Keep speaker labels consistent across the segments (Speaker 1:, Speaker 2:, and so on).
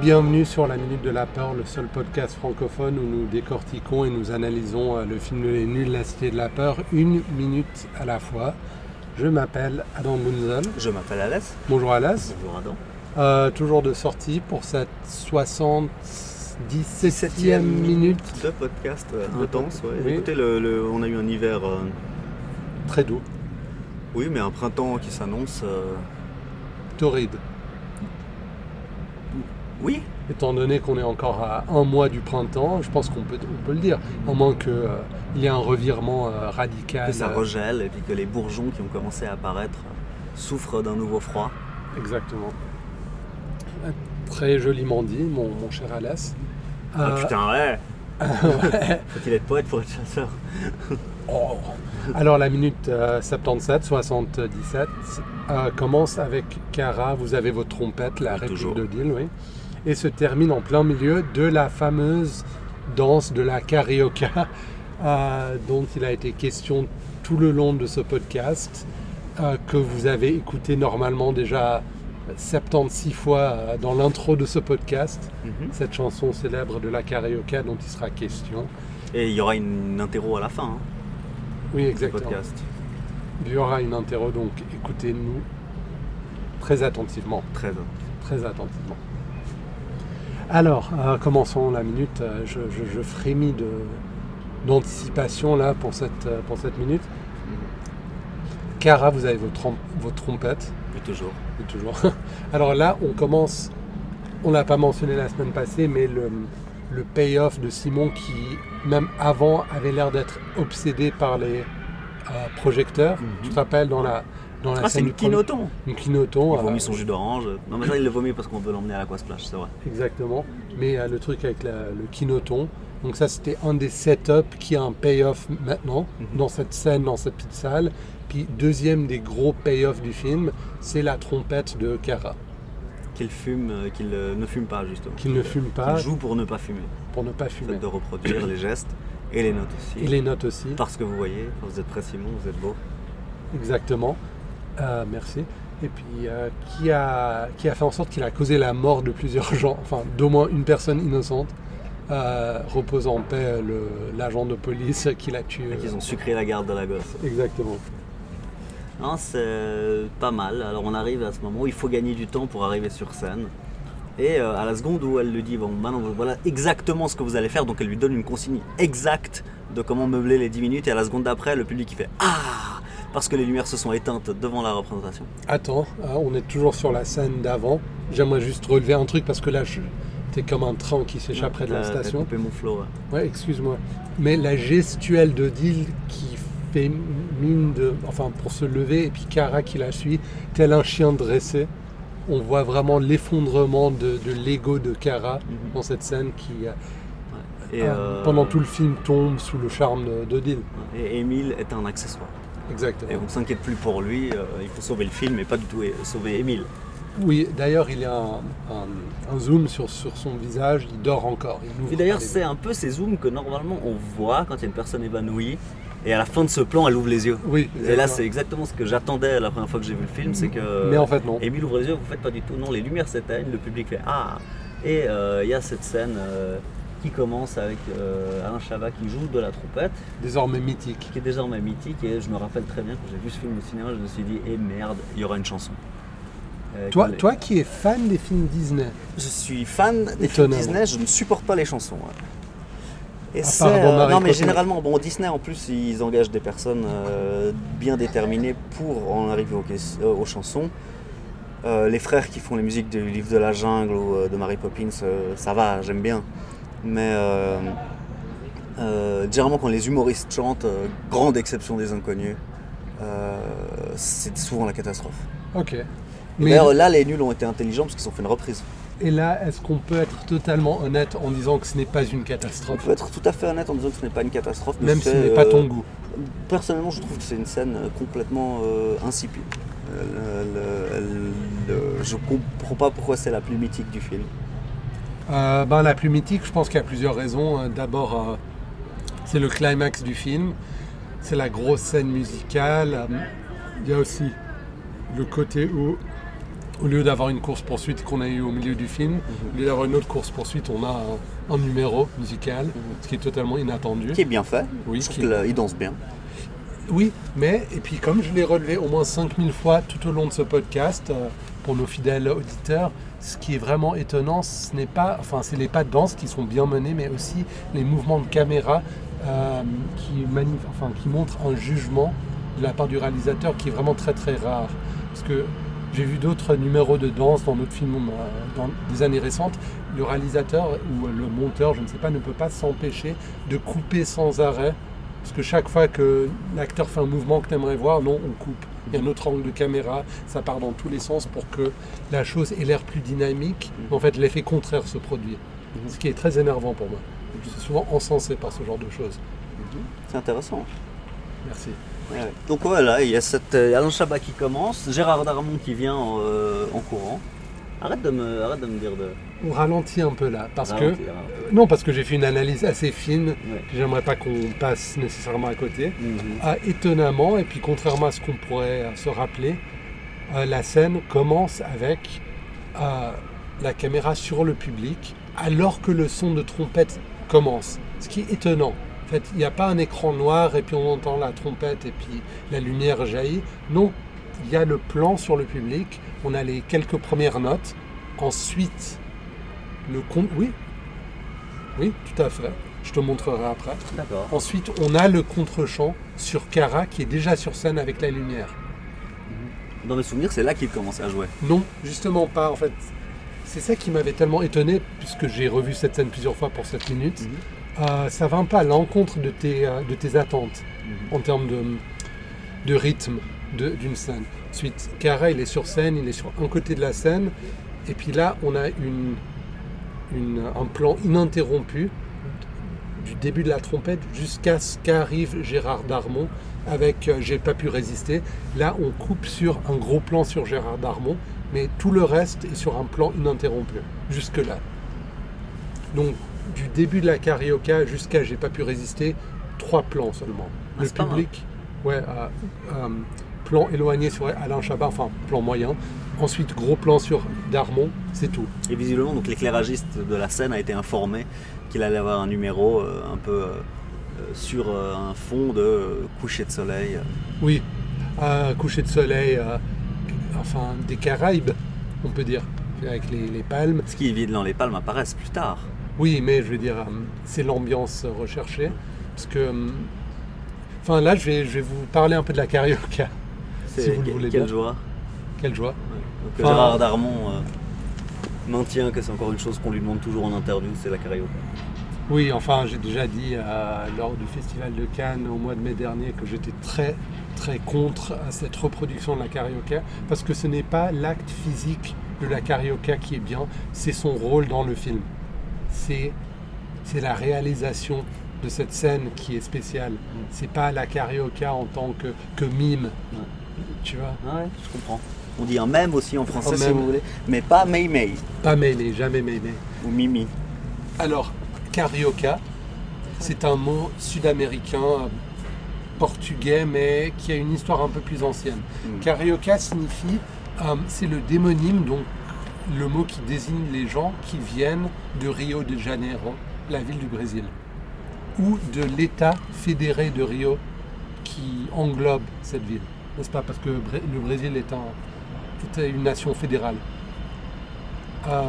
Speaker 1: bienvenue sur la Minute de la Peur, le seul podcast francophone où nous décortiquons et nous analysons euh, le film Les Nuls, la Cité de la Peur, une minute à la fois. Je m'appelle Adam Bunzel.
Speaker 2: Je m'appelle Alas.
Speaker 1: Bonjour Alas.
Speaker 2: Bonjour Adam.
Speaker 1: Euh, toujours de sortie pour cette 77e minute
Speaker 2: Deux podcasts euh,
Speaker 1: Deux
Speaker 2: intenses. Ouais.
Speaker 1: oui.
Speaker 2: Écoutez, le, le- on a eu un hiver, euh,
Speaker 1: très doux,
Speaker 2: oui, mais un printemps qui s'annonce. euh,
Speaker 1: torride.
Speaker 2: Oui,
Speaker 1: Étant donné qu'on est encore à un mois du printemps, je pense qu'on peut, on peut le dire, à moins qu'il y ait un revirement euh,
Speaker 2: que
Speaker 1: radical.
Speaker 2: ça
Speaker 1: euh,
Speaker 2: regèle et puis que les bourgeons qui ont commencé à apparaître euh, souffrent d'un nouveau froid.
Speaker 1: Exactement. Très joliment dit, mon, mon cher Alas.
Speaker 2: Ah
Speaker 1: Euh,
Speaker 2: putain, ouais Faut-il être poète pour être chasseur
Speaker 1: oh. Alors la minute euh, 77, 77 euh, commence avec Cara, vous avez votre trompette, la
Speaker 2: Oui,
Speaker 1: réplique
Speaker 2: toujours.
Speaker 1: de Deal, oui, et se termine en plein milieu de la fameuse danse de la carioca euh, dont il a été question tout le long de ce podcast, euh, que vous avez écouté normalement déjà 76 fois euh, dans l'intro de ce podcast.
Speaker 2: Mhm.
Speaker 1: cette chanson célèbre de la carioca dont il sera question.
Speaker 2: Et il y aura une interro à la fin hein,
Speaker 1: Oui,
Speaker 2: du
Speaker 1: exactement.
Speaker 2: podcast.
Speaker 1: Il y aura une interro, donc écoutez-nous très attentivement,
Speaker 2: Très
Speaker 1: très attentivement. Alors, euh, commençons la minute. Euh, Je, je- je frémis de d'anticipation là pour cette, euh, pour cette minute. Cara, vous avez votre, trom- votre trompette,
Speaker 2: Mais toujours.
Speaker 1: et toujours. Alors là, on commence, on l'a pas mentionné la semaine passée, mais le, le payoff de Simon qui, même avant, avait l'air d'être obsédé par les euh, projecteurs.
Speaker 2: Mhm.
Speaker 1: Tu te rappelles dans la, dans la
Speaker 2: Ah, c'est
Speaker 1: scène
Speaker 2: une
Speaker 1: du premier-
Speaker 2: quinoton
Speaker 1: une quinoton,
Speaker 2: Il
Speaker 1: euh,
Speaker 2: vomit son jus d'orange. Non, mais ça, il le vomit parce qu'on veut l'emmener à l'aquasplash, c'est vrai.
Speaker 1: Exactement. Mais euh, le truc avec la- le quinoton, donc ça c'était un des setups qui a un payoff maintenant,
Speaker 2: Mhm.
Speaker 1: dans cette scène, dans cette petite salle. Puis deuxième des gros payoffs du film, c'est la trompette de Cara,
Speaker 2: Qu'il fume, euh, qu'il euh, ne fume pas, justement.
Speaker 1: qu'il ne fume pas
Speaker 2: Il joue pour ne pas fumer.
Speaker 1: pour ne pas fumer.
Speaker 2: Faites de reproduire les gestes et les notes aussi.
Speaker 1: Et les notes aussi,
Speaker 2: Parce que vous voyez, quand vous êtes très Simon, vous êtes beau.
Speaker 1: exactement. Euh, merci. Et puis, euh, qui, a, qui a fait en sorte qu'il a causé la mort de plusieurs gens, enfin, d'au moins une personne innocente. Euh, repose en paix le- l'agent de police qui l'a tué.
Speaker 2: Et qu'ils ont sucré la garde de la gosse.
Speaker 1: Exactement.
Speaker 2: Non, c'est euh, pas mal. Alors on arrive à ce moment où il faut gagner du temps pour arriver sur scène. Et euh, à la seconde où elle lui dit, bon, maintenant voilà exactement ce que vous allez faire, donc elle lui donne une consigne exacte de comment meubler les 10 minutes, et à la seconde d'après, le public il fait Ah Parce que les lumières se sont éteintes devant la représentation.
Speaker 1: Attends, hein, on est toujours sur la scène d'avant. J'aimerais juste relever un truc parce que là, je- t'es comme un train qui s'échapperait de la
Speaker 2: T'as- Euh, t'as
Speaker 1: station.
Speaker 2: coupé mon flow. ouais.
Speaker 1: Ouais, excuse-moi. Mais la gestuelle de Deal qui fait mine de. Enfin, pour se lever, et puis Kara qui la suit, tel un chien dressé. On voit vraiment l'effondrement de, de l'ego de Kara
Speaker 2: Mhm.
Speaker 1: dans cette scène qui, euh,
Speaker 2: Et, euh,
Speaker 1: Ah, pendant tout le film, tombe sous le charme de, de Deal.
Speaker 2: Et Emile est un accessoire. Et
Speaker 1: Exactement.
Speaker 2: on ne s'inquiète plus pour lui, euh, il faut sauver le film et pas du tout euh, sauver Emile.
Speaker 1: Oui, d'ailleurs, il y a un, un- un zoom sur, sur son visage, il dort encore. il n'ouvre
Speaker 2: Et
Speaker 1: pas
Speaker 2: d'ailleurs,
Speaker 1: les
Speaker 2: c'est un peu ces zooms que normalement on voit quand il y a une personne évanouie, et à la fin de ce plan, elle ouvre les yeux.
Speaker 1: Oui,
Speaker 2: Et là,
Speaker 1: exactement.
Speaker 2: c'est exactement ce que j'attendais la première fois que j'ai vu le film, c'est euh, que.
Speaker 1: Mais en fait, non.
Speaker 2: Émile ouvre les yeux, vous faites pas du tout. Non, les lumières s'éteignent, le public fait Ah Et euh, il y a cette scène euh, qui commence avec euh, Alain Chabat qui joue de la trompette,
Speaker 1: Désormais mythique.
Speaker 2: qui est désormais mythique, et je me rappelle très bien quand j'ai vu ce film au cinéma, je me suis dit Eh merde, il y aura une chanson. Euh,
Speaker 1: Toi,
Speaker 2: qu'elle-
Speaker 1: toi qui es fan des films Disney,
Speaker 2: Je suis fan des films
Speaker 1: Étonnamment.
Speaker 2: Disney, je ne supporte pas les chansons. ouais. Et
Speaker 1: À
Speaker 2: c'est,
Speaker 1: part Bon
Speaker 2: euh,
Speaker 1: Marie
Speaker 2: non mais
Speaker 1: Coco.
Speaker 2: généralement, bon Disney en plus ils engagent des personnes euh, bien déterminées pour en arriver aux, ques- euh, aux chansons. Euh, les frères qui font les musiques du livre de la jungle ou euh, de Mary Poppins, euh, ça va, j'aime bien. Mais euh, euh, généralement quand les humoristes chantent, euh, grande exception des inconnus, euh, c'est souvent la catastrophe.
Speaker 1: ok.
Speaker 2: Mais...
Speaker 1: Mais,
Speaker 2: D'ailleurs là les nuls ont été intelligents parce qu'ils ont fait une reprise.
Speaker 1: et là, est-ce qu'on peut être totalement honnête en disant que ce n'est pas une
Speaker 2: On
Speaker 1: catastrophe
Speaker 2: peut être tout à fait honnête en disant que ce n'est pas une catastrophe. mais
Speaker 1: Même si
Speaker 2: c'est,
Speaker 1: ce n'est pas ton
Speaker 2: euh,
Speaker 1: goût.
Speaker 2: Personnellement, je trouve que c'est une scène euh, complètement euh, insipide. Euh, le- le- le- je comprends pas pourquoi c'est la plus mythique du film.
Speaker 1: Euh, ben, la plus mythique, je pense qu'il y a plusieurs raisons. Euh, D'abord, euh, c'est le climax du film, c'est la grosse scène musicale. Euh, Il y a aussi le côté où au lieu d'avoir une course-poursuite qu'on a eue au milieu du film, au lieu d'avoir une autre course-poursuite, on a un, un numéro musical, ce qui est totalement inattendu.
Speaker 2: Qui est bien fait.
Speaker 1: Oui,
Speaker 2: je trouve
Speaker 1: qui-
Speaker 2: qu'il il danse bien.
Speaker 1: Oui, mais, et puis comme je l'ai relevé au moins 5000 fois tout au long de ce podcast, euh, pour nos fidèles auditeurs, ce qui est vraiment étonnant, ce n'est pas, enfin, c'est les pas de danse qui sont bien menés, mais aussi les mouvements de caméra euh, qui, manif- enfin, qui montrent un jugement de la part du réalisateur qui est vraiment très très rare. Parce que j'ai vu d'autres numéros de danse dans d'autres films euh, dans des années récentes. Le réalisateur ou le monteur, je ne sais pas, ne peut pas s'empêcher de couper sans arrêt. Parce que chaque fois que l'acteur fait un mouvement que tu aimerais voir, non, on coupe. Il y a un autre angle de caméra, ça part dans tous les sens pour que la chose ait l'air plus dynamique. Mais en fait, l'effet contraire se produit. Ce qui est très énervant pour moi. Je suis souvent encensé par ce genre de choses.
Speaker 2: C'est intéressant.
Speaker 1: Merci.
Speaker 2: Ouais, ouais. Donc voilà, il y a cette euh, Alain Chabat qui commence, Gérard Darmon qui vient en, euh, en courant. Arrête de me, arrête de me dire de.
Speaker 1: On ralentit un peu là. Parce que.
Speaker 2: ralentir, hein.
Speaker 1: Non, parce que j'ai fait une analyse assez fine.
Speaker 2: Ouais.
Speaker 1: que J'aimerais pas qu'on passe nécessairement à côté.
Speaker 2: Mhm.
Speaker 1: Ah, étonnamment, et puis contrairement à ce qu'on pourrait euh, se rappeler, euh, la scène commence avec euh, la caméra sur le public, alors que le son de trompette commence. Ce qui est étonnant. En fait, il n'y a pas un écran noir et puis on entend la trompette et puis la lumière jaillit. Non, il y a le plan sur le public, on a les quelques premières notes, ensuite le compte. Oui, oui, tout à fait. Je te montrerai après.
Speaker 2: D'accord.
Speaker 1: Ensuite, on a le contre-champ sur Cara qui est déjà sur scène avec la lumière.
Speaker 2: Dans mes souvenirs, c'est là qu'il commence à jouer.
Speaker 1: Non, justement pas en fait. C'est ça qui m'avait tellement étonné puisque j'ai revu cette scène plusieurs fois pour cette minute. Euh, ça va un peu à l'encontre de tes, euh, de tes attentes en termes de, de rythme de- d'une scène. Ensuite, Cara, il est sur scène, il est sur un côté de la scène. Et puis là, on a une, une- un plan ininterrompu du début de la trompette jusqu'à ce qu'arrive Gérard Darmon avec euh, J'ai pas pu résister. Là, on coupe sur un gros plan sur Gérard Darmon, mais tout le reste est sur un plan ininterrompu jusque-là. Donc, du début de la carioca jusqu'à J'ai pas pu résister, trois plans seulement.
Speaker 2: Ah,
Speaker 1: le
Speaker 2: c'est pas mal.
Speaker 1: public, ouais, euh, euh, plan éloigné sur Alain Chabat, enfin plan moyen. Ensuite, gros plan sur Darmon, c'est tout.
Speaker 2: Et visiblement, donc l'éclairagiste de la scène a été informé qu'il allait avoir un numéro euh, un peu euh, euh, sur euh, un fond de euh, coucher de soleil.
Speaker 1: Oui, euh, coucher de soleil, euh, enfin des Caraïbes, on peut dire, avec les, les palmes.
Speaker 2: Ce qui vide dans les palmes apparaissent plus tard.
Speaker 1: Oui, mais je veux dire, euh, c'est l'ambiance recherchée, parce que, euh, enfin là, je vais, je vais vous parler un peu de la carioca.
Speaker 2: C'est
Speaker 1: Si vous le
Speaker 2: quel-
Speaker 1: voulez
Speaker 2: quelle
Speaker 1: bien.
Speaker 2: joie.
Speaker 1: Quelle joie
Speaker 2: Ouais. Donc,
Speaker 1: Enfin-
Speaker 2: Gérard Darmon euh, maintient que c'est encore une chose qu'on lui demande toujours en interview, c'est la carioca.
Speaker 1: Oui, enfin, j'ai déjà dit euh, lors du Festival de Cannes au mois de mai dernier que j'étais très, très contre à cette reproduction de la carioca parce que ce n'est pas l'acte physique de la carioca qui est bien, c'est son rôle dans le film. C'est c'est la réalisation de cette scène qui est spéciale. C'est pas la carioca en tant que, que mime.
Speaker 2: Ouais.
Speaker 1: Tu vois
Speaker 2: Ah Ouais, je comprends. On dit un même aussi en français
Speaker 1: Un
Speaker 2: si
Speaker 1: mème.
Speaker 2: vous voulez, mais pas Mei Mei
Speaker 1: Pas mêlé, jamais mêlé.
Speaker 2: ou Mimi.
Speaker 1: Alors, carioca, c'est un mot sud-américain, euh, portugais, mais qui a une histoire un peu plus ancienne.
Speaker 2: Mm.
Speaker 1: Carioca signifie, euh, c'est le démonyme, donc le mot qui désigne les gens qui viennent de Rio de Janeiro, la ville du Brésil, ou de l'État fédéré de Rio qui englobe cette ville. N'est-ce pas Parce que Bré- le Brésil est, un, était une nation fédérale. Euh,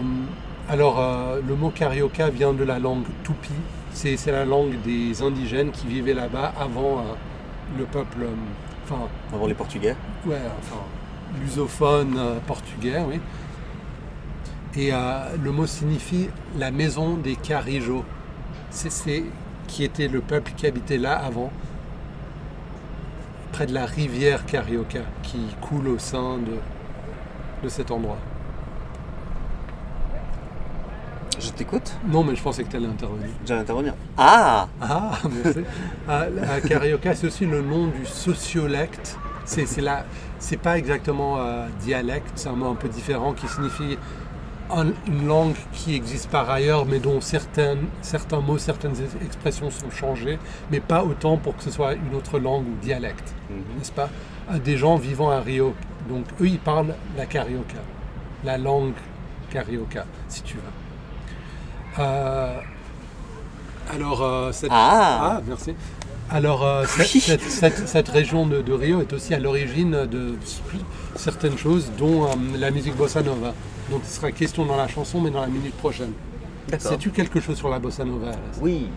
Speaker 1: alors, euh, le mot carioca vient de la langue tupi. C'est c'est la langue des indigènes qui vivaient là-bas avant euh, le peuple, euh, enfin,
Speaker 2: Avant les Portugais.
Speaker 1: ouais, enfin, lusophone euh, portugais, oui. Et euh, le mot signifie la maison des Carijos. C'est- C'est qui était le peuple qui habitait là avant, près de la rivière Carioca, qui coule au sein de, de cet endroit.
Speaker 2: Je t'écoute.
Speaker 1: Non, mais je pensais que tu allais intervenir.
Speaker 2: J'allais intervenir. Ah
Speaker 1: Ah, merci. Ah, la carioca, c'est aussi le nom du sociolecte. C'est c'est la- c'est pas exactement euh, dialecte, c'est un mot un peu différent qui signifie un- une langue qui existe par ailleurs, mais dont certaines, certains mots, certaines ex- expressions sont changées, mais pas autant pour que ce soit une autre langue ou
Speaker 3: Mhm.
Speaker 1: Euh, dialecte, n'est-ce pas Ah, Des gens vivant à Rio. Donc eux, ils parlent la carioca. la langue carioca, si tu veux. Euh, alors, euh, cette...
Speaker 3: Ah.
Speaker 1: Ah, merci. Alors, euh, cette,
Speaker 3: Oui.
Speaker 1: cette- cette- cette région de, de Rio est aussi à l'origine de certaines choses, dont euh, la musique bossa nova. Donc, ce sera question dans la chanson, mais dans la minute prochaine. Sais-tu quelque chose sur la bossa nova Alex
Speaker 2: Oui.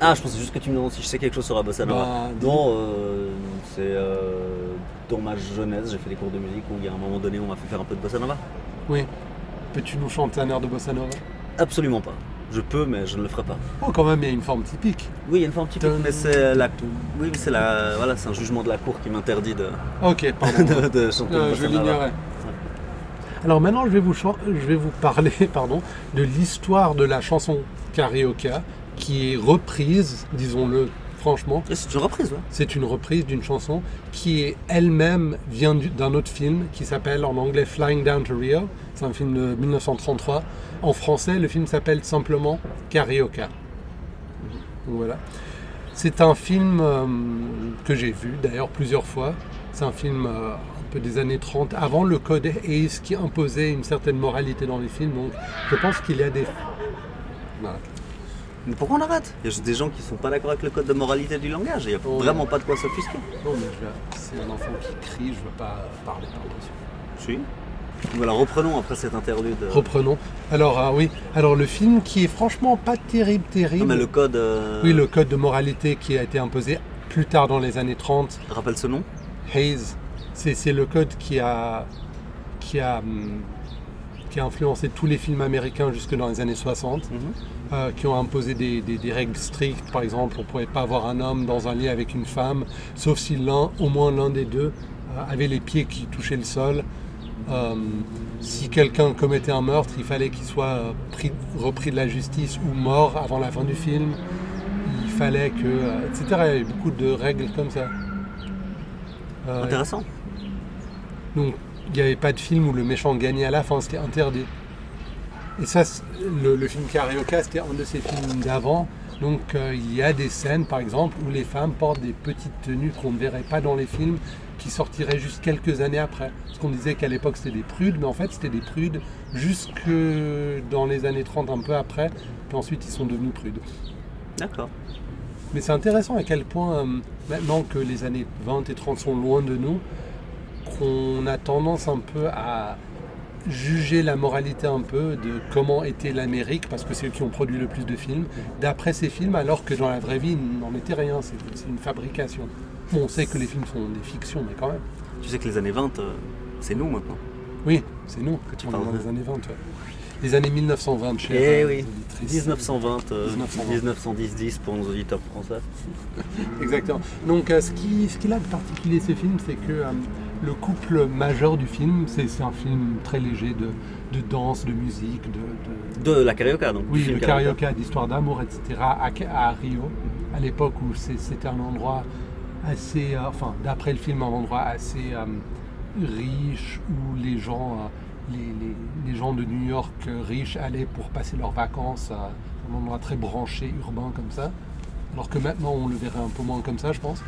Speaker 2: Ah, je pensais juste que tu me demandes si je sais quelque chose sur la bossa nova.
Speaker 1: Bah, dis-
Speaker 2: non, euh, c'est euh, dans ma jeunesse, j'ai fait des cours de musique où il y a un moment donné, on m'a fait faire un peu de bossa nova.
Speaker 1: Oui. Peux-tu nous chanter un air de bossa nova
Speaker 2: Absolument pas. Je peux, mais je ne le ferai pas.
Speaker 1: Oh, quand même, il y a une forme typique.
Speaker 2: Oui, il y a une forme typique, mais c'est la. Oui, mais c'est la. Voilà, c'est un jugement de la cour qui m'interdit de,
Speaker 1: Ok, pardon.
Speaker 2: de, de chanter.
Speaker 1: Euh,
Speaker 2: une
Speaker 1: je
Speaker 2: bossa nova.
Speaker 1: l'ignorais. Alors maintenant, je vais vous, chan- je vais vous parler pardon, de l'histoire de la chanson Carioca, qui est reprise, disons-le franchement.
Speaker 2: Et C'est une reprise, hein. ouais.
Speaker 1: C'est une reprise d'une chanson qui est elle-même vient du- d'un autre film qui s'appelle en anglais Flying Down to Rio. C'est un film de 1933. En français, le film s'appelle simplement Carioca. Donc Voilà. C'est un film euh, que j'ai vu d'ailleurs plusieurs fois. C'est un film euh, un peu des années 30, avant le code Hayes qui imposait une certaine moralité dans les films. Donc je pense qu'il y a des. Voilà.
Speaker 2: Mais pourquoi on arrête Il y a juste des gens qui sont pas d'accord avec le code de moralité du langage. et Il n'y a
Speaker 1: Ouais.
Speaker 2: vraiment pas de quoi s'offusquer.
Speaker 1: Non, mais je vais- c'est un enfant qui crie, je veux pas parler par-dessus.
Speaker 2: Si. Voilà, reprenons après cette interlude. euh,
Speaker 1: Reprenons. Alors ah oui, alors le film qui est franchement pas terrible, terrible.
Speaker 2: Non, mais le code. euh,
Speaker 1: Oui, le code de moralité qui a été imposé plus tard dans les années 30,
Speaker 2: Rappelle ce nom
Speaker 1: Hayes, c'est c'est le code qui a qui a hum, qui a influencé tous les films américains jusque dans les années 60,
Speaker 2: Mhm.
Speaker 1: euh, qui ont imposé des, des- des règles strictes. Par exemple, on ne pouvait pas avoir un homme dans un lit avec une femme, sauf si l'un, au moins l'un des deux, euh, avait les pieds qui touchaient le sol. Euh, si quelqu'un commettait un meurtre, il fallait qu'il soit euh, pris- repris de la justice ou mort avant la fin du film. Il fallait que, euh, etc. Il y avait beaucoup de règles comme ça. Euh,
Speaker 2: Intéressant.
Speaker 1: donc, il n'y avait pas de film où le méchant gagnait à la fin, c'était interdit. Et ça, c'est- le, le film Carioca, c'était un de ces films d'avant. Donc, euh, il y a des scènes, par exemple, où les femmes portent des petites tenues qu'on ne verrait pas dans les films, qui sortiraient juste quelques années après. Parce qu'on disait qu'à l'époque, c'était des prudes, mais en fait, c'était des prudes jusque dans les années 30, un peu après. Puis ensuite, ils sont devenus prudes.
Speaker 2: D'accord.
Speaker 1: Mais c'est intéressant à quel point, euh, maintenant que les années 20 et 30 sont loin de nous, qu'on a tendance un peu à juger la moralité un peu de comment était l'Amérique, parce que c'est eux qui ont produit le plus de films, d'après ces films, alors que dans la vraie vie, il n'en était rien, c'est c'est une fabrication. Bon, on sait que les films sont des fictions, mais quand même.
Speaker 2: Tu sais que les années 20, euh, c'est nous maintenant.
Speaker 1: Oui, c'est nous,
Speaker 2: tu
Speaker 1: on est
Speaker 2: parles
Speaker 1: dans
Speaker 2: de-
Speaker 1: les années 20. ouais. Les années 1920, chez
Speaker 2: Eh
Speaker 1: euh,
Speaker 2: oui.
Speaker 1: les auditrices.
Speaker 2: 1920, euh,
Speaker 1: 1920.
Speaker 2: 1910-10 pour nos auditeurs français.
Speaker 1: Exactement. Donc, euh, ce qui, ce qu'il a de particulier ce film, c'est que euh, le couple majeur du film, c'est c'est un film très léger de, de danse, de musique, de, de-
Speaker 2: De la carioca, donc. du
Speaker 1: oui,
Speaker 2: film
Speaker 1: de karaoké, d'histoire d'amour, etc. à, à Rio, à l'époque où c'est- c'était un endroit assez, euh, enfin, d'après le film, un endroit assez euh, riche où les gens, euh, les, les- les gens de New York euh, riches allaient pour passer leurs vacances, à un endroit très branché, urbain comme ça. Alors que maintenant, on le verrait un peu moins comme ça, je pense.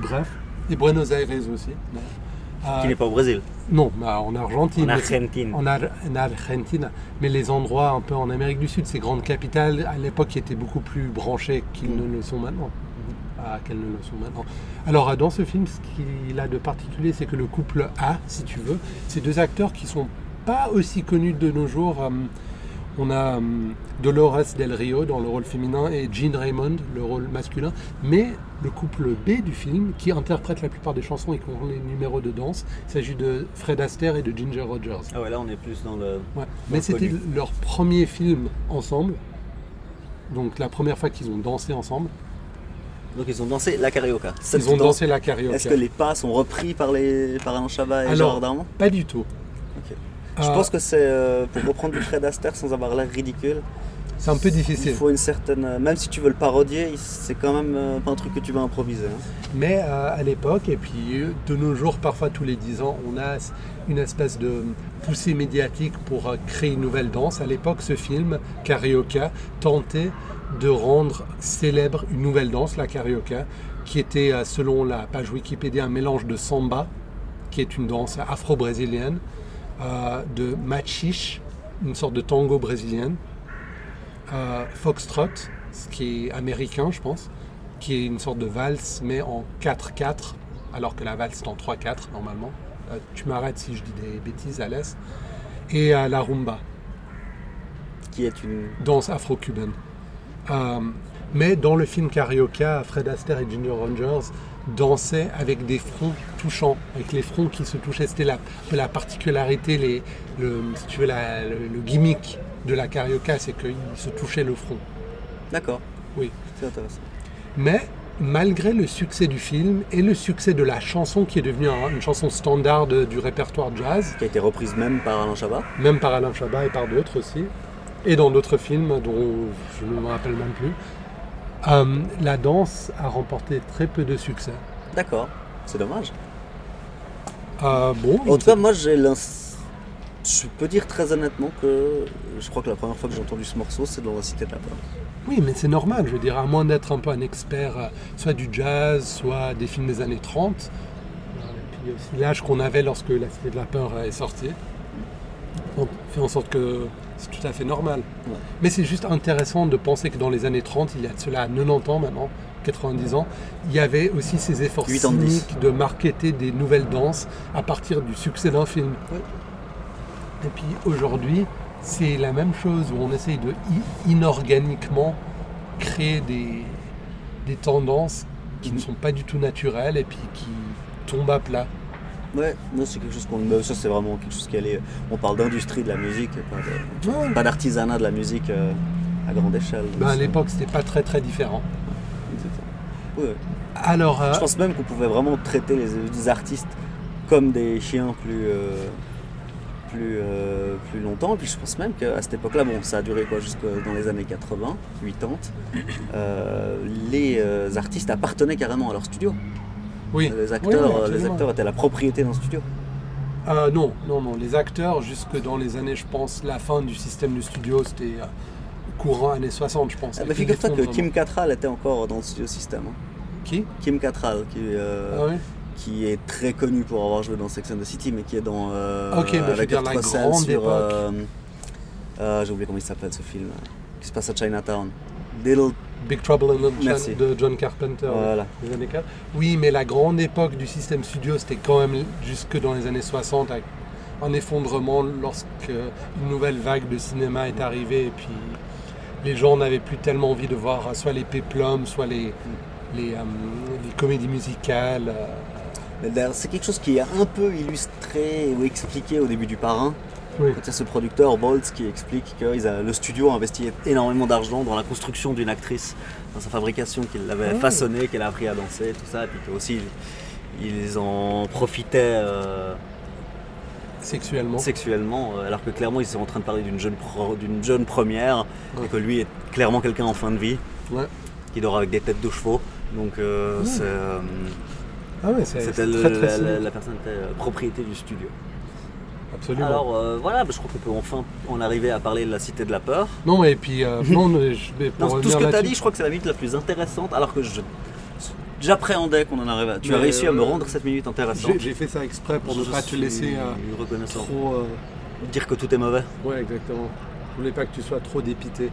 Speaker 1: Bref. Et Buenos Aires aussi. d'ailleurs.
Speaker 2: Qui
Speaker 1: Euh,
Speaker 2: n'est pas au Brésil,
Speaker 1: non, bah, en Argentine.
Speaker 2: en Argentine.
Speaker 1: En, Ar- en Argentine, mais les endroits un peu en Amérique du Sud, ces grandes capitales, à l'époque étaient beaucoup plus branchées qu'ils ne le sont maintenant. Ah, qu'elles ne le sont maintenant. Alors, euh, dans ce film, ce qu'il a de particulier, c'est que le couple A, si tu veux, c'est deux acteurs qui sont pas aussi connus de nos jours. Euh, on a euh, Dolores Del Rio dans le rôle féminin et Gene Raymond, le rôle masculin. Mais le couple B du film, qui interprète la plupart des chansons et qui ont les numéros de danse, il s'agit de Fred Astaire et de Ginger Rogers.
Speaker 2: Ah ouais, là on est plus dans le.
Speaker 1: Ouais. Mais c'était
Speaker 2: connu.
Speaker 1: leur premier film ensemble. Donc la première fois qu'ils ont dansé ensemble,
Speaker 2: Donc ils ont dansé la carioca. Cette
Speaker 1: ils ont
Speaker 2: danse-
Speaker 1: dansé la carioca.
Speaker 2: Est-ce que les pas sont repris par, les... par Alain Chabat et
Speaker 1: Alors,
Speaker 2: Gérard Darmon
Speaker 1: Pas du tout.
Speaker 2: Ok.
Speaker 1: Euh,
Speaker 2: Je pense que c'est euh, pour reprendre du Fred Astaire sans avoir l'air ridicule.
Speaker 1: c'est un peu
Speaker 2: Il
Speaker 1: difficile.
Speaker 2: faut une certaine. euh, Même si tu veux le parodier, il- c'est quand même euh, pas un truc que tu vas improviser. hein.
Speaker 1: Mais euh, à l'époque, et puis euh, de nos jours, parfois tous les 10 ans, on a une espèce de poussée médiatique pour euh, créer une nouvelle danse. À l'époque, ce film, Carioca, tentait de rendre célèbre une nouvelle danse, la Carioca, qui était, euh, selon la page Wikipédia, un mélange de samba, qui est une danse afro-brésilienne euh, de machiche, une sorte de tango brésilienne, euh, foxtrot, ce qui est américain, je pense, qui est une sorte de valse, mais en 4-4, alors que la valse est en 3-4 normalement. Euh, tu m'arrêtes si je dis des bêtises à l'aise. Et euh, la rumba,
Speaker 2: qui est une.
Speaker 1: danse afro-cubaine. Euh, mais dans le film Carioca, Fred Astaire et Junior Rogers dansaient avec des fronts touchants, avec les fronts qui se touchaient. C'était la, la particularité, les, le, si tu veux, la- le, le gimmick de la Carioca, c'est qu'ils se touchaient le front.
Speaker 2: D'accord.
Speaker 1: Oui.
Speaker 2: C'est intéressant.
Speaker 1: Mais malgré le succès du film et le succès de la chanson qui est devenue un- une chanson standard de- du répertoire jazz,
Speaker 2: Qui a été reprise même par Alain Chabat.
Speaker 1: même par Alain Chabat et par d'autres aussi, et dans d'autres films dont je ne me rappelle même plus, euh, la danse a remporté très peu de succès.
Speaker 2: D'accord. C'est dommage.
Speaker 1: Euh, bon,
Speaker 2: En tout cas, moi, j'ai l'ins- Je peux dire très honnêtement que je crois que la première fois que j'ai entendu ce morceau, c'est dans la Cité de la Peur.
Speaker 1: oui, mais c'est normal, je veux dire, à moins d'être un peu un expert, euh, soit du jazz, soit des films des années 30, euh, et puis aussi l'âge qu'on avait lorsque La Cité de la Peur euh, est sortie, on fait en sorte que c'est tout à fait normal.
Speaker 2: Ouais.
Speaker 1: Mais c'est juste intéressant de penser que dans les années 30, il y a de cela 90 ans maintenant, 90 ans, il y avait aussi ces efforts
Speaker 2: 8 ans de 10.
Speaker 1: cyniques de marketer des nouvelles danses à partir du succès d'un film.
Speaker 2: Ouais.
Speaker 1: Et puis aujourd'hui, c'est la même chose où on essaye de i- inorganiquement créer des, des tendances qui ne sont pas du tout naturelles et puis qui tombent à plat.
Speaker 2: Ouais, non, c'est quelque chose qu'on. mais Ça, c'est vraiment quelque chose qui allait. On parle d'industrie de la musique, et pas, de- pas d'artisanat de la musique euh, à grande échelle.
Speaker 1: Ben, à
Speaker 2: C'est-
Speaker 1: l'époque, c'était pas très très différent.
Speaker 2: c'est ça. Ouais, ouais.
Speaker 1: Alors, euh,
Speaker 2: Je pense même qu'on pouvait vraiment traiter les, les artistes comme des chiens plus. euh, plus, euh, plus longtemps. Et puis je pense même qu'à cette époque-là, bon, ça a duré quoi jusque dans les années 80, 80, euh, les euh, artistes appartenaient carrément à leur studio.
Speaker 1: oui.
Speaker 2: Les
Speaker 1: Oui, oui,
Speaker 2: acteurs, euh, les
Speaker 1: absolument.
Speaker 2: acteurs étaient la propriété d'un studio.
Speaker 1: Euh, non, non, non. Les acteurs, jusque dans les années, je pense, la fin du système du studio, c'était euh, courant années 60, je pense.
Speaker 2: Ah,
Speaker 1: avec
Speaker 2: bah,
Speaker 1: une
Speaker 2: Figure-toi que
Speaker 1: effondrement.
Speaker 2: Kim Cattrall était encore dans le studio système. hein.
Speaker 1: Qui
Speaker 2: Kim Cattrall, qui, euh,
Speaker 1: Ah oui
Speaker 2: qui est très connu pour avoir joué dans Sex and the City, mais qui est dans. euh,
Speaker 1: Ok, bah, je veux
Speaker 2: avec
Speaker 1: dire la
Speaker 2: Kurt Russell
Speaker 1: grande
Speaker 2: sur,
Speaker 1: époque.
Speaker 2: euh, euh, J'ai oublié comment il s'appelle ce film, euh, qui se passe à Chinatown. Little.
Speaker 1: Big Trouble in Little
Speaker 2: Merci.
Speaker 1: China de John Carpenter.
Speaker 2: Voilà.
Speaker 1: les années 40. Oui, mais la grande époque du système studio, c'était quand même jusque dans les années 60, avec un effondrement lorsque une nouvelle vague de cinéma est arrivée, et puis les gens n'avaient plus tellement envie de voir euh, soit les péplums, soit les, les, euh, les comédies musicales. euh,
Speaker 2: Mais d'ailleurs, C'est quelque chose qui est un peu illustré ou expliqué au début du parrain.
Speaker 1: Oui.
Speaker 2: Quand il y a ce producteur, Boltz, qui explique que ils a- le studio a investi énormément d'argent dans la construction d'une actrice, dans sa fabrication, qu'il l'avait
Speaker 1: Ah.
Speaker 2: façonnée, qu'elle a appris à danser, tout ça, et puis qu'aussi ils en profitaient. euh,
Speaker 1: sexuellement.
Speaker 2: sexuellement, euh, alors que clairement ils sont en train de parler d'une jeune, pro- d'une jeune première,
Speaker 1: Ouais.
Speaker 2: et que lui est clairement quelqu'un en fin de vie,
Speaker 1: Ouais.
Speaker 2: qui dort avec des têtes de chevaux. Donc euh,
Speaker 1: Ouais.
Speaker 2: c'est, euh,
Speaker 1: Ah ouais, c'est
Speaker 2: c'était
Speaker 1: c'est
Speaker 2: le-
Speaker 1: très très
Speaker 2: la, la-
Speaker 1: similaire.
Speaker 2: la personne était euh, propriété du studio.
Speaker 1: Absolument.
Speaker 2: Alors euh, voilà, bah, je crois qu'on peut enfin en arriver à parler de la cité de la peur.
Speaker 1: non, et puis, euh, non, mais je vais pour
Speaker 2: Non, tout ce
Speaker 1: revenir
Speaker 2: que tu as
Speaker 1: là-dessus-
Speaker 2: dit, je crois que c'est la minute la plus intéressante, alors que je- j'appréhendais qu'on en arrivait. à- Tu
Speaker 1: Mais,
Speaker 2: as réussi à me
Speaker 1: euh,
Speaker 2: rendre cette minute intéressante.
Speaker 1: j'ai- j'ai fait ça exprès pour ne
Speaker 2: Je
Speaker 1: pas te
Speaker 2: suis
Speaker 1: laisser euh,
Speaker 2: reconnaissant.
Speaker 1: trop. euh,
Speaker 2: Dire que tout est mauvais.
Speaker 1: Ouais, exactement. Je voulais pas que tu sois trop dépité.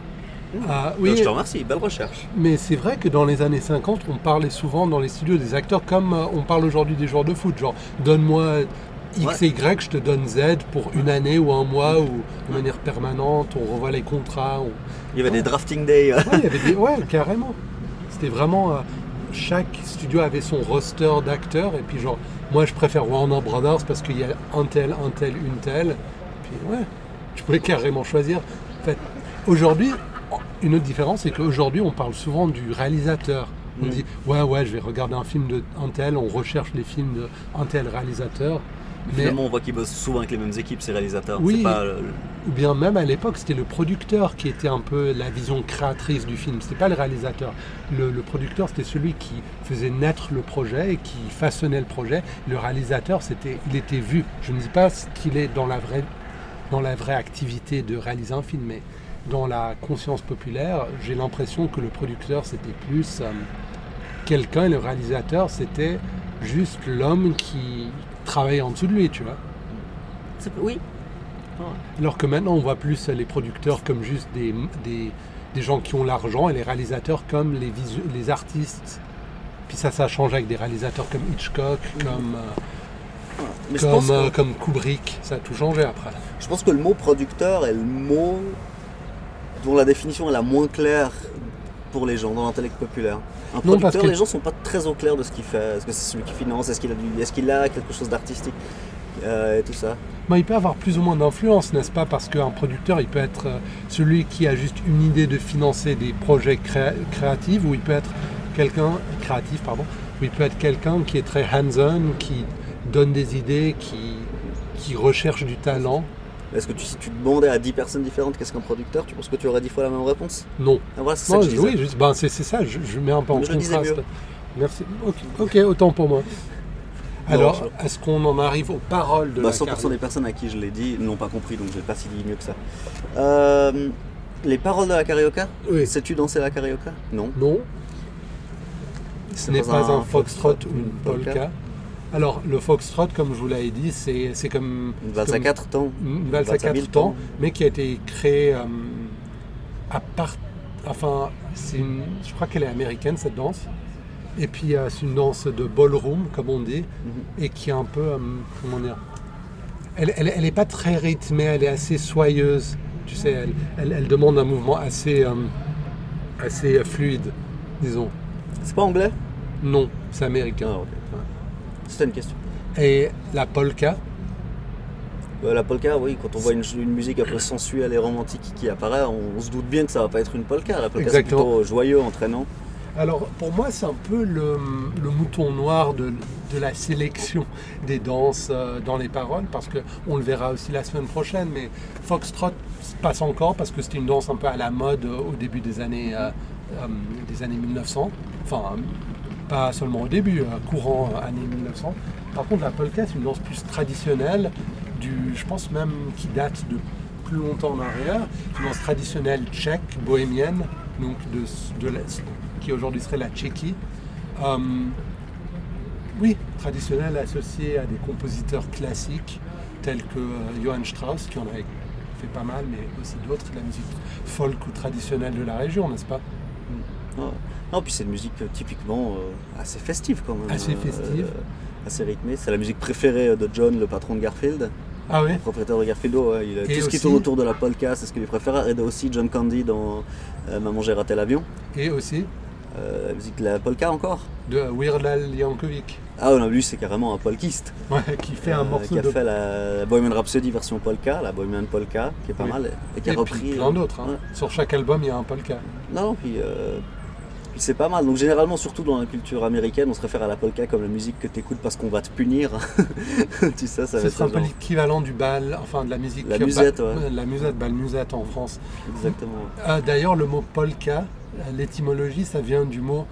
Speaker 2: Mmh.
Speaker 1: Ah,
Speaker 2: Donc,
Speaker 1: oui,
Speaker 2: je te remercie, belle recherche.
Speaker 1: mais c'est vrai que dans les années 50, on parlait souvent dans les studios des acteurs comme euh, on parle aujourd'hui des joueurs de foot. Genre, donne-moi X et Y, je te donne Z pour une année ou un mois ou de manière permanente. On revoit les contrats. on-
Speaker 2: Il y
Speaker 1: Oh.
Speaker 2: avait des drafting days. euh,
Speaker 1: Ouais, il y avait des- ouais, carrément. C'était vraiment. euh, chaque studio avait son roster d'acteurs. Et puis, genre, moi, je préfère Warner Brothers parce qu'il y a un tel, un tel, une telle. Puis, ouais, je pouvais carrément choisir. En fait, aujourd'hui, une autre différence, c'est qu'aujourd'hui, on parle souvent du réalisateur. On
Speaker 2: Mm.
Speaker 1: dit, ouais, ouais, je vais regarder un film de un tel. On recherche les films de un tel réalisateur. Mais
Speaker 2: Finalement, on voit qu'ils bossent souvent avec les mêmes équipes, ces réalisateurs.
Speaker 1: Oui.
Speaker 2: C'est pas, euh,
Speaker 1: Ou bien même à l'époque, c'était le producteur qui était un peu la vision créatrice du film. C'était pas le réalisateur. Le, le producteur, c'était celui qui faisait naître le projet et qui façonnait le projet. Le réalisateur, c'était, il était vu. Je ne dis pas ce qu'il est dans la vraie, dans la vraie activité de réaliser un film, mais dans la conscience populaire, j'ai l'impression que le producteur, c'était plus euh, quelqu'un et le réalisateur, c'était juste l'homme qui travailler en dessous de lui, tu vois.
Speaker 4: Ça peut- Oui,
Speaker 1: Alors que maintenant, on voit plus les producteurs comme juste des, des, des gens qui ont l'argent et les réalisateurs comme les, visu- les artistes. Puis ça, ça change avec des réalisateurs comme Hitchcock, comme, euh,
Speaker 2: Mais je pense,
Speaker 1: comme, euh,
Speaker 2: que,
Speaker 1: comme Kubrick. Ça a tout changé après.
Speaker 2: je pense que le mot producteur est le mot dont la définition est la moins claire pour les gens, dans l'intellect populaire. Un
Speaker 1: Non, parce
Speaker 2: producteur,
Speaker 1: que-
Speaker 2: les gens sont pas très au clair de ce qu'il fait. Est-ce que c'est celui qui finance Est-ce qu'il a, du- est-ce qu'il a quelque chose d'artistique Euh, Et tout ça.
Speaker 1: Mais il peut avoir plus ou moins d'influence, n'est-ce pas Parce qu'un producteur, il peut être euh, celui qui a juste une idée de financer des projets créa- créatifs, ou il peut être quelqu'un créatif, pardon, ou il peut être quelqu'un qui est très hands-on, qui donne des idées, qui, qui recherche du talent.
Speaker 2: Est-ce que tu, si tu demandais à 10 personnes différentes qu'est-ce qu'un producteur, tu penses que tu aurais 10 fois la même réponse
Speaker 1: Non.
Speaker 2: Ah, Voilà, c'est ça
Speaker 1: Non,
Speaker 2: que je
Speaker 1: je-
Speaker 2: disais.
Speaker 1: oui, juste, ben, c'est c'est ça, je, je mets un peu en
Speaker 2: Je le disais
Speaker 1: contraste.
Speaker 2: mieux.
Speaker 1: Merci. Ok, ok, autant pour moi.
Speaker 2: Non,
Speaker 1: Alors,
Speaker 2: je-
Speaker 1: est-ce qu'on en arrive aux paroles de
Speaker 2: Bah,
Speaker 1: la
Speaker 2: 100%
Speaker 1: carrière
Speaker 2: des personnes à qui je l'ai dit n'ont pas compris, donc je l'ai pas si dit mieux que ça. Euh, les paroles de la carioca
Speaker 1: Oui. Mm.
Speaker 2: Sais-tu danser la carioca Non.
Speaker 1: Non, ce n'est pas un foxtrot ou une polka. Alors, le foxtrot, comme je vous l'avais dit, c'est c'est comme
Speaker 2: Une valse à
Speaker 1: comme
Speaker 2: 4 temps.
Speaker 1: Mm, une valse à
Speaker 2: valse à
Speaker 1: quatre
Speaker 2: mille
Speaker 1: temps,
Speaker 2: temps.
Speaker 1: mais qui a été créée euh, à part. Enfin, c'est une- je crois qu'elle est américaine cette danse. Et puis, euh, c'est une danse de ballroom, comme on dit, et qui est un peu. euh, comment dire Elle n'est pas très rythmée, elle est assez soyeuse. Tu sais, elle, elle- elle demande un mouvement assez, euh, assez euh, fluide, disons.
Speaker 2: C'est pas anglais
Speaker 1: Non, c'est américain.
Speaker 2: Ah, ok. C'était une question.
Speaker 1: Et la polka,
Speaker 2: Euh, la polka, oui, quand on voit une, une musique un peu sensuelle et romantique qui apparaît, on, on se doute bien que ça va pas être une polka. La polka, c'est
Speaker 1: Exactement.
Speaker 2: plutôt euh, joyeux, entraînant.
Speaker 1: alors pour moi c'est un peu le, le mouton noir de, de la sélection des danses euh, dans les paroles, parce qu'on le verra aussi la semaine prochaine, mais Foxtrot passe encore parce que c'était une danse un peu à la mode euh, au début des années, euh, euh, des années 1900, enfin euh, pas seulement au début, euh, courant euh, années 1900. Par contre la polka c'est une danse plus traditionnelle, du, je pense même qui date de plus longtemps en arrière, une danse traditionnelle tchèque, bohémienne, donc de, de l'Est, qui aujourd'hui serait la Tchéquie. Euh, oui, traditionnelle associée à des compositeurs classiques tels que euh, Johann Strauss, qui en avait fait pas mal, mais aussi d'autres, la musique folk ou traditionnelle de la région, n'est-ce pas
Speaker 2: Ah. Non, puis c'est une musique euh, typiquement euh, assez festive quand même.
Speaker 1: Assez festive.
Speaker 2: euh, assez rythmée. C'est la musique préférée de John, le patron de Garfield.
Speaker 1: Ah oui
Speaker 2: Le propriétaire de Garfield, ouais, il a-
Speaker 1: Et
Speaker 2: tout ce qui
Speaker 1: aussi-
Speaker 2: tourne autour de la polka, c'est ce qu'il préfère. Et aussi John Candy dans euh, Maman j'ai raté l'avion,
Speaker 1: Et aussi
Speaker 2: Euh, la musique de la polka encore.
Speaker 1: de Weird Al Yankovic,
Speaker 2: Ah non, lui c'est carrément un polkiste.
Speaker 1: ouais, qui fait
Speaker 2: Euh,
Speaker 1: un morceau
Speaker 2: qui a
Speaker 1: de...
Speaker 2: fait la Bohemian Rhapsody version polka, la Bohemian Polka, qui est pas
Speaker 1: Oui.
Speaker 2: mal, et qui a
Speaker 1: Et puis
Speaker 2: repris. euh,
Speaker 1: plein d'autres. hein.
Speaker 2: ouais.
Speaker 1: Sur chaque album, il y a un polka.
Speaker 2: Non, non, puis, euh, puis c'est pas mal. Donc généralement, surtout dans la culture américaine, on se réfère à la polka comme la musique que t'écoutes parce qu'on va te punir. tu sais, ça va
Speaker 1: Ce
Speaker 2: être
Speaker 1: serait un peu
Speaker 2: genre-
Speaker 1: l'équivalent du bal, enfin de la musique.
Speaker 2: La
Speaker 1: bal-
Speaker 2: musette, ouais.
Speaker 1: La musette, bal musette en France.
Speaker 2: Exactement.
Speaker 1: Euh, D'ailleurs, le mot polka, euh, l'étymologie, ça vient du mot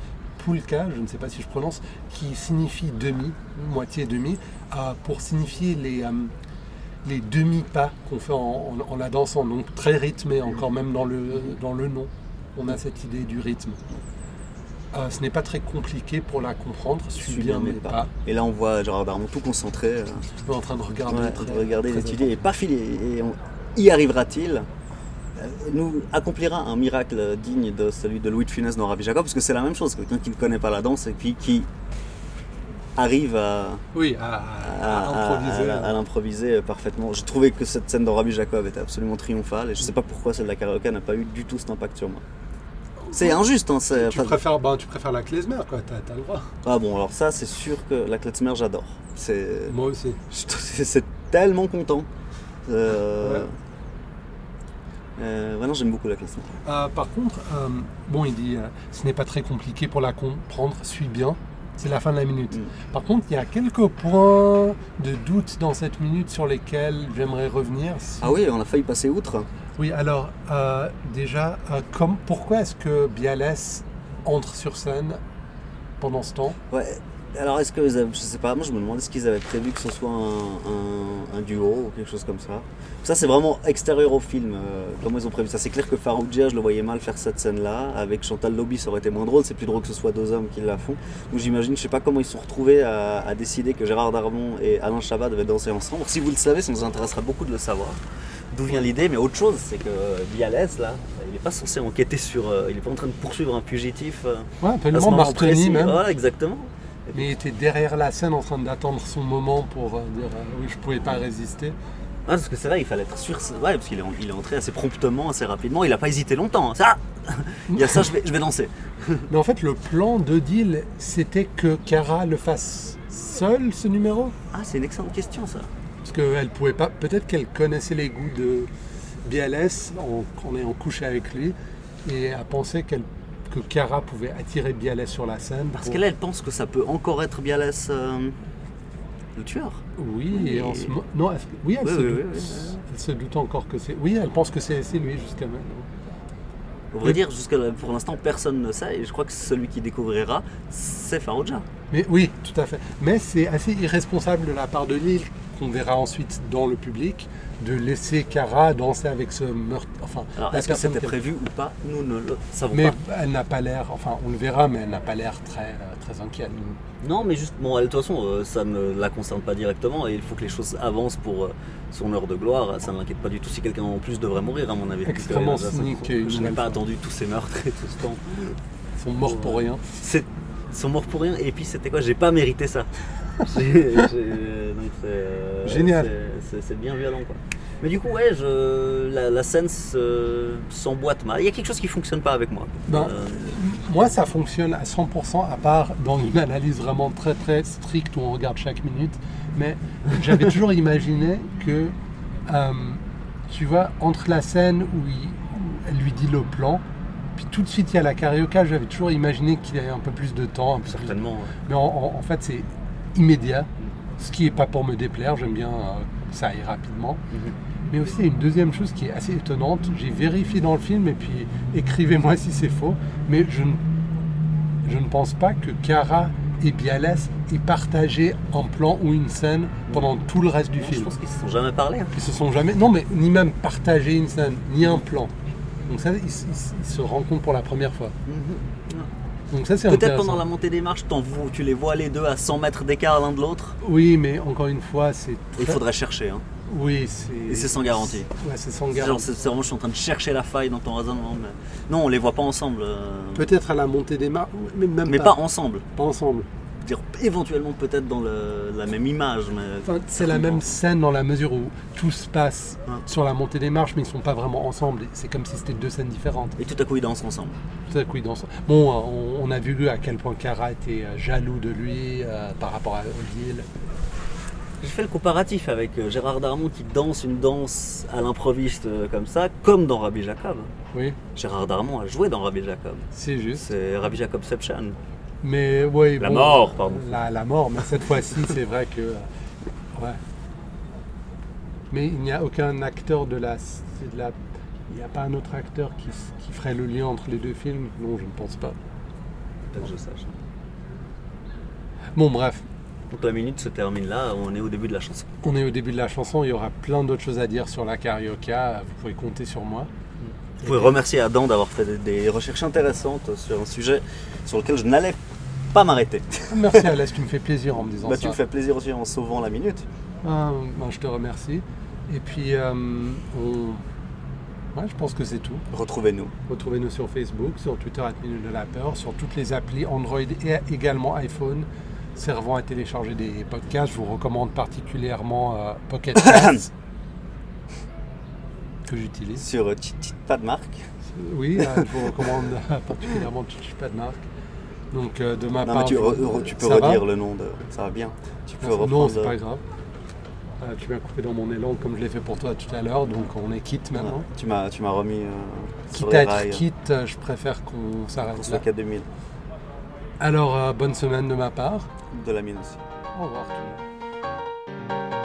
Speaker 1: pulka, je ne sais pas si je prononce, qui signifie demi, moitié demi, euh, pour signifier les, euh, les demi-pas qu'on fait en, en- en la dansant, donc très rythmé, encore même dans le, dans le nom. On a cette idée du rythme. Euh, ce n'est pas très compliqué pour la comprendre, suis bien mes pas.
Speaker 2: Et là, on voit Gérard Darmon tout concentré. euh,
Speaker 1: On est en train de regarder.
Speaker 2: Ouais,
Speaker 1: très-
Speaker 2: regarder,
Speaker 1: très
Speaker 2: l'étudier et pas filer. Et on- y arrivera-t-il Euh, Nous accomplira un miracle digne de celui de Louis de Funès dans Rabbi Jacob Parce que c'est la même chose, quelqu'un qui ne connaît pas la danse et puis qui arrive à,
Speaker 1: Oui, à,
Speaker 2: à-
Speaker 1: à
Speaker 2: à-
Speaker 1: improviser.
Speaker 2: à- à l'improviser parfaitement. J'ai trouvé que cette scène dans Rabbi Jacob était absolument triomphale et je sais pas pourquoi celle de la karaoke n'a pas eu du tout cet impact sur moi. C'est injuste, hein, c'est.
Speaker 1: tu,
Speaker 2: enfin,
Speaker 1: préfères, ben, tu préfères la klezmer, quoi, t'as t'as le droit.
Speaker 2: Ah bon, alors ça, c'est sûr que la klezmer, j'adore. C'est.
Speaker 1: Moi aussi.
Speaker 2: C'est c'est tellement content. Euh,
Speaker 1: Ouais.
Speaker 2: euh, ouais, non, j'aime beaucoup la classe.
Speaker 1: Euh, par contre, euh, bon, il dit, euh, ce n'est pas très compliqué pour la comprendre, suis bien. C'est la fin de la minute.
Speaker 2: Mm.
Speaker 1: Par contre, il y a quelques points de doute dans cette minute sur lesquels j'aimerais revenir. Si-
Speaker 2: Ah oui, on a failli passer outre.
Speaker 1: Oui, alors, euh, déjà, euh, comme, pourquoi est-ce que Bialès entre sur scène pendant ce temps
Speaker 2: Ouais.
Speaker 5: Alors, est-ce que, ils avaient- je sais pas, moi je me demande est-ce qu'ils avaient prévu que ce soit un, un- un duo ou quelque chose comme ça. Ça, c'est vraiment extérieur au film, euh, comment ils ont prévu ça. C'est clair que Faroujia, je le voyais mal faire cette scène-là. Avec Chantal Lobby, ça aurait été moins drôle. C'est plus drôle que ce soit deux hommes qui la font. Donc, j'imagine, je sais pas comment ils se sont retrouvés à, à décider que Gérard Darmon et Alain Chabat devaient danser ensemble. Si vous le savez, ça nous intéressera beaucoup de le savoir.
Speaker 2: D'où vient l'idée, mais autre chose, c'est que euh, Vialès, là, il n'est pas censé enquêter sur. euh, il n'est pas en train de poursuivre un fugitif. euh,
Speaker 1: Ouais,
Speaker 2: à ce
Speaker 1: tellement
Speaker 2: moment
Speaker 1: Martini
Speaker 2: précis.
Speaker 1: même.
Speaker 2: Voilà, exactement.
Speaker 1: Mais il était derrière la scène en train d'attendre son moment pour euh, dire euh, oui, je pouvais pas résister.
Speaker 2: Ah, parce que c'est vrai, il fallait être sûr. Ouais, parce qu'il est, en- il est entré assez promptement, assez rapidement. Il n'a pas hésité longtemps. hein. Ça, il y a ça, je vais, je vais danser.
Speaker 1: Mais en fait, le plan de deal, c'était que Cara le fasse seule, ce numéro
Speaker 2: Ah, c'est une excellente question, ça.
Speaker 1: Parce qu'elle pouvait pas. Peut-être qu'elle connaissait les goûts de Bialès en, en ayant couché avec lui et elle pensait qu'elle- que Cara pouvait attirer Bialès sur la scène.
Speaker 2: Parce
Speaker 1: pour-
Speaker 2: que là, elle pense que ça peut encore être Bialès euh, le tueur.
Speaker 1: Oui,
Speaker 2: Oui.
Speaker 1: et en ce moment- non, est-ce que- oui, elle,
Speaker 2: Oui,
Speaker 1: se
Speaker 2: oui,
Speaker 1: doute,
Speaker 2: oui, oui.
Speaker 1: elle se doute encore que c'est. Oui, elle pense que c'est c'est lui jusqu'à maintenant.
Speaker 2: Au vrai dire, jusqu'à là, pour l'instant, personne ne sait. Et je crois que celui qui découvrira, c'est Farouja.
Speaker 1: Mais oui, tout à fait. Mais c'est assez irresponsable de la part de Lille, qu'on verra ensuite dans le public, de laisser Cara danser avec ce meurtre. Enfin,
Speaker 2: Alors,
Speaker 1: la
Speaker 2: est-ce que
Speaker 1: personne
Speaker 2: c'était
Speaker 1: qu'elle-
Speaker 2: prévu ou pas Nous ne le savons
Speaker 1: Mais
Speaker 2: pas.
Speaker 1: elle n'a pas l'air, enfin on le verra, mais elle n'a pas l'air très, euh, très inquiète.
Speaker 2: Non, mais juste, bon, elle, de toute façon, euh, ça ne la concerne pas directement. Et il faut que les choses avancent pour euh, son heure de gloire. Ça ne m'inquiète pas du tout si quelqu'un en plus devrait mourir, à mon avis.
Speaker 1: Extrêmement
Speaker 2: Parce que, euh,
Speaker 1: cynique
Speaker 2: ça,
Speaker 1: et une
Speaker 2: Je n'ai
Speaker 1: nouvelle
Speaker 2: pas
Speaker 1: fois.
Speaker 2: attendu tous ces meurtres et tout ce temps.
Speaker 1: Ils sont morts pour rien.
Speaker 2: C'est- Ils sont morts pour rien. Et puis, c'était quoi J'ai pas mérité ça. J'ai- j'ai- donc, c'est, euh,
Speaker 1: Génial.
Speaker 2: c'est- C'est c'est bien violent, quoi. Mais du coup, ouais, je, la, la scène se- s'emboîte mal. Il y a quelque chose qui fonctionne pas avec moi.
Speaker 1: Ben,
Speaker 2: Euh,
Speaker 1: Moi ça fonctionne à 100% à part dans une analyse vraiment très très stricte où on regarde chaque minute. Mais j'avais toujours imaginé que, euh, tu vois, entre la scène où, il- où elle lui dit le plan, puis tout de suite il y a la carioca, j'avais toujours imaginé qu'il y avait un peu plus de temps. un peu plus de-
Speaker 2: certainement. euh, ouais.
Speaker 1: Mais en, en- en fait c'est immédiat, ce qui n'est pas pour me déplaire, j'aime bien euh, que ça aille rapidement. Mais aussi, il y a une deuxième chose qui est assez étonnante. J'ai vérifié dans le film, et puis écrivez-moi si c'est faux, mais je ne, je ne pense pas que Cara et Bialès aient partagé un plan ou une scène pendant tout le reste du
Speaker 2: Non, Je
Speaker 1: film.
Speaker 2: pense qu'ils se sont jamais parlé. hein.
Speaker 1: Ils se sont jamais. Non, mais ni même partagé une scène, ni un plan. Donc ça, ils, ils- ils se rencontrent pour la première fois. Donc ça, c'est
Speaker 2: Mhm. Peut-être
Speaker 1: intéressant.
Speaker 2: pendant la montée des marches, t'en vois- tu les vois les deux à 100 mètres d'écart l'un de l'autre.
Speaker 1: Oui, mais encore une fois, c'est.
Speaker 2: Il
Speaker 1: très-
Speaker 2: faudrait chercher. Hein.
Speaker 1: Oui, c'est.
Speaker 2: Et c'est sans garantie.
Speaker 1: Ouais, c'est sans
Speaker 2: C'est
Speaker 1: garantie.
Speaker 2: Genre, c'est c'est vraiment, je suis en train de chercher la faille dans ton raisonnement. mais- Non, on les voit pas ensemble. euh,
Speaker 1: Peut-être à la montée des marques, mais même
Speaker 2: Mais pas
Speaker 1: pas,
Speaker 2: ensemble.
Speaker 1: pas ensemble.
Speaker 2: dire éventuellement peut-être dans le- la même image, mais
Speaker 1: Enfin, c'est la même scène dans la mesure où tout se passe
Speaker 2: Ouais.
Speaker 1: sur la montée des marches, mais ils sont pas vraiment ensemble. C'est comme si c'était deux scènes différentes.
Speaker 2: Et tout à coup ils dansent ensemble.
Speaker 1: Tout à coup, ils dansent. Bon, euh, on, on a vu à quel point Cara était euh, jaloux de lui euh, par rapport à Odile.
Speaker 2: J'ai fait le comparatif avec euh, Gérard Darmon qui danse une danse à l'improviste euh, comme ça, comme dans Rabbi Jacob.
Speaker 1: Oui,
Speaker 2: Gérard Darmon a joué dans Rabbi Jacob.
Speaker 1: c'est juste.
Speaker 2: C'est Rabbi Jacob Sepchan.
Speaker 1: Mais ouais,
Speaker 2: La
Speaker 1: bon,
Speaker 2: mort, pardon.
Speaker 1: La, la mort, mais cette fois-ci, c'est vrai que. euh, ouais. Mais il n'y a aucun acteur de la. de la- il n'y a pas un autre acteur qui, s- qui ferait le lien entre les deux films Non, je ne pense pas.
Speaker 2: Peut-être que je sache.
Speaker 1: Bon, bref.
Speaker 2: Donc la minute se termine là, on est au début de la chanson.
Speaker 1: On est au début de la chanson, il y aura plein d'autres choses à dire sur la carioca, vous pouvez compter sur moi.
Speaker 2: Vous
Speaker 1: Et
Speaker 2: pouvez
Speaker 1: puis-
Speaker 2: remercier Adam d'avoir fait des, des recherches intéressantes sur un sujet sur lequel je n'allais pas m'arrêter.
Speaker 1: Merci Alès, tu me fais plaisir en me disant
Speaker 5: Bah,
Speaker 1: ça.
Speaker 5: tu me fais plaisir aussi en sauvant la minute.
Speaker 1: Ah, ben, je te remercie. Et puis, euh, on... ouais, je pense que c'est tout.
Speaker 5: Retrouvez-nous.
Speaker 1: Retrouvez-nous sur Facebook, sur Twitter, à Minute de la Peur, sur toutes les applis Android et également iPhone servant à télécharger des podcasts. Je vous recommande particulièrement euh, Pocket Cast que j'utilise.
Speaker 5: Sur euh, Tchit Tchit, pas de marque.
Speaker 1: Oui, euh, je vous recommande euh, particulièrement Chichi Pas de Marque. Donc euh, de ma
Speaker 5: Non,
Speaker 1: part,
Speaker 5: mais tu,
Speaker 1: je-
Speaker 5: re- re- tu peux
Speaker 1: ça va
Speaker 5: redire le nom de. Ça va bien. Tu peux
Speaker 1: Non,
Speaker 5: reprendre.
Speaker 1: c'est pas grave. Euh, tu m'as coupé dans mon élan comme je l'ai fait pour toi tout à l'heure, donc on est quitte
Speaker 5: Ouais,
Speaker 1: maintenant.
Speaker 5: Tu m'as tu m'as remis euh, sur
Speaker 1: Quitte à
Speaker 5: les
Speaker 1: être
Speaker 5: rails.
Speaker 1: quitte, euh, je préfère qu'on
Speaker 5: Pour
Speaker 1: s'arrête
Speaker 5: ce
Speaker 1: là.
Speaker 5: cas 2000
Speaker 1: Alors, euh, bonne semaine de ma part.
Speaker 5: de la mine aussi.
Speaker 1: Au revoir tout le monde.